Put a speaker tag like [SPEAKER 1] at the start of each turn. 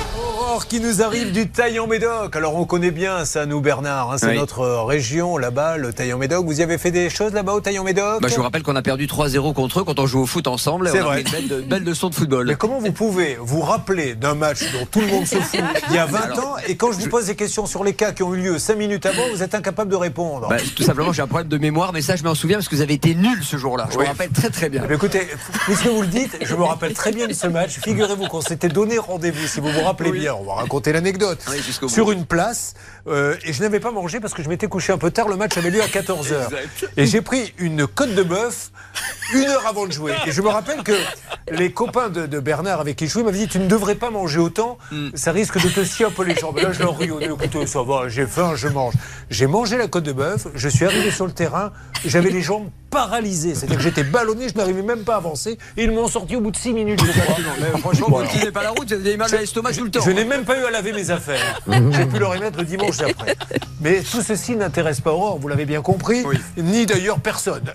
[SPEAKER 1] Retour qui nous arrive du Taillan-Médoc. Alors on connaît bien ça, nous, Bernard. hein, c'est
[SPEAKER 2] Oui.
[SPEAKER 1] notre région là-bas, le Taillan-Médoc. Vous y avez fait des choses là-bas au Taillan-Médoc
[SPEAKER 2] Bah, je vous rappelle qu'on a perdu 3-0 contre eux quand on joue au foot ensemble.
[SPEAKER 1] C'est
[SPEAKER 2] on a
[SPEAKER 1] vrai.
[SPEAKER 2] pris Une belle, une belle leçon de football.
[SPEAKER 1] Mais comment vous pouvez vous rappeler d'un match dont tout le monde se fout il y a 20
[SPEAKER 2] Alors,
[SPEAKER 1] ans et quand je vous pose des questions sur les cas qui ont eu lieu 5 minutes avant, vous êtes incapable de répondre
[SPEAKER 2] Bah, tout simplement, j'ai un problème de mémoire, mais ça, je m'en souviens parce que vous avez été nul ce jour-là. Je
[SPEAKER 1] Oui.
[SPEAKER 2] me rappelle très très bien.
[SPEAKER 1] Mais Eh Écoutez, puisque vous le dites, je me rappelle très bien de ce match. Figurez-vous qu'on s'était donné rendez-vous, si vous vous rappelez
[SPEAKER 2] Oui. Ah
[SPEAKER 1] bien, on va raconter l'anecdote,
[SPEAKER 2] Oui, jusqu'au bout.
[SPEAKER 1] sur une place. euh, et je n'avais pas mangé parce que je m'étais couché un peu tard, le match avait lieu à 14h.
[SPEAKER 2] Exact.
[SPEAKER 1] Et j'ai pris une côte de bœuf une heure avant de jouer. Et je me rappelle que les copains de, de Bernard avec qui je jouais m'avaient dit Tu ne devrais pas manger autant,
[SPEAKER 2] Hmm.
[SPEAKER 1] ça risque de te scier un peu les jambes. Là, je leur ris au nez, écoutez, ça va, j'ai faim, je mange. J'ai mangé la côte de bœuf, je suis arrivé sur le terrain, j'avais les jambes paralysées. C'est-à-dire que j'étais ballonné, je n'arrivais même pas à avancer. Et ils m'ont sorti au bout de 6 minutes. Je les ai pas pris.
[SPEAKER 2] Mais franchement,
[SPEAKER 1] Bon,
[SPEAKER 2] vous ne tenez pas la route, vous avez des mal à l'estomac tout le temps. hein.
[SPEAKER 1] Je n'ai même pas eu à laver mes affaires. J'ai pu leur émettre le dimanche d'après. Mais tout ceci n'intéresse pas Aurore, vous l'avez bien compris,
[SPEAKER 2] Oui.
[SPEAKER 1] ni d'ailleurs personne.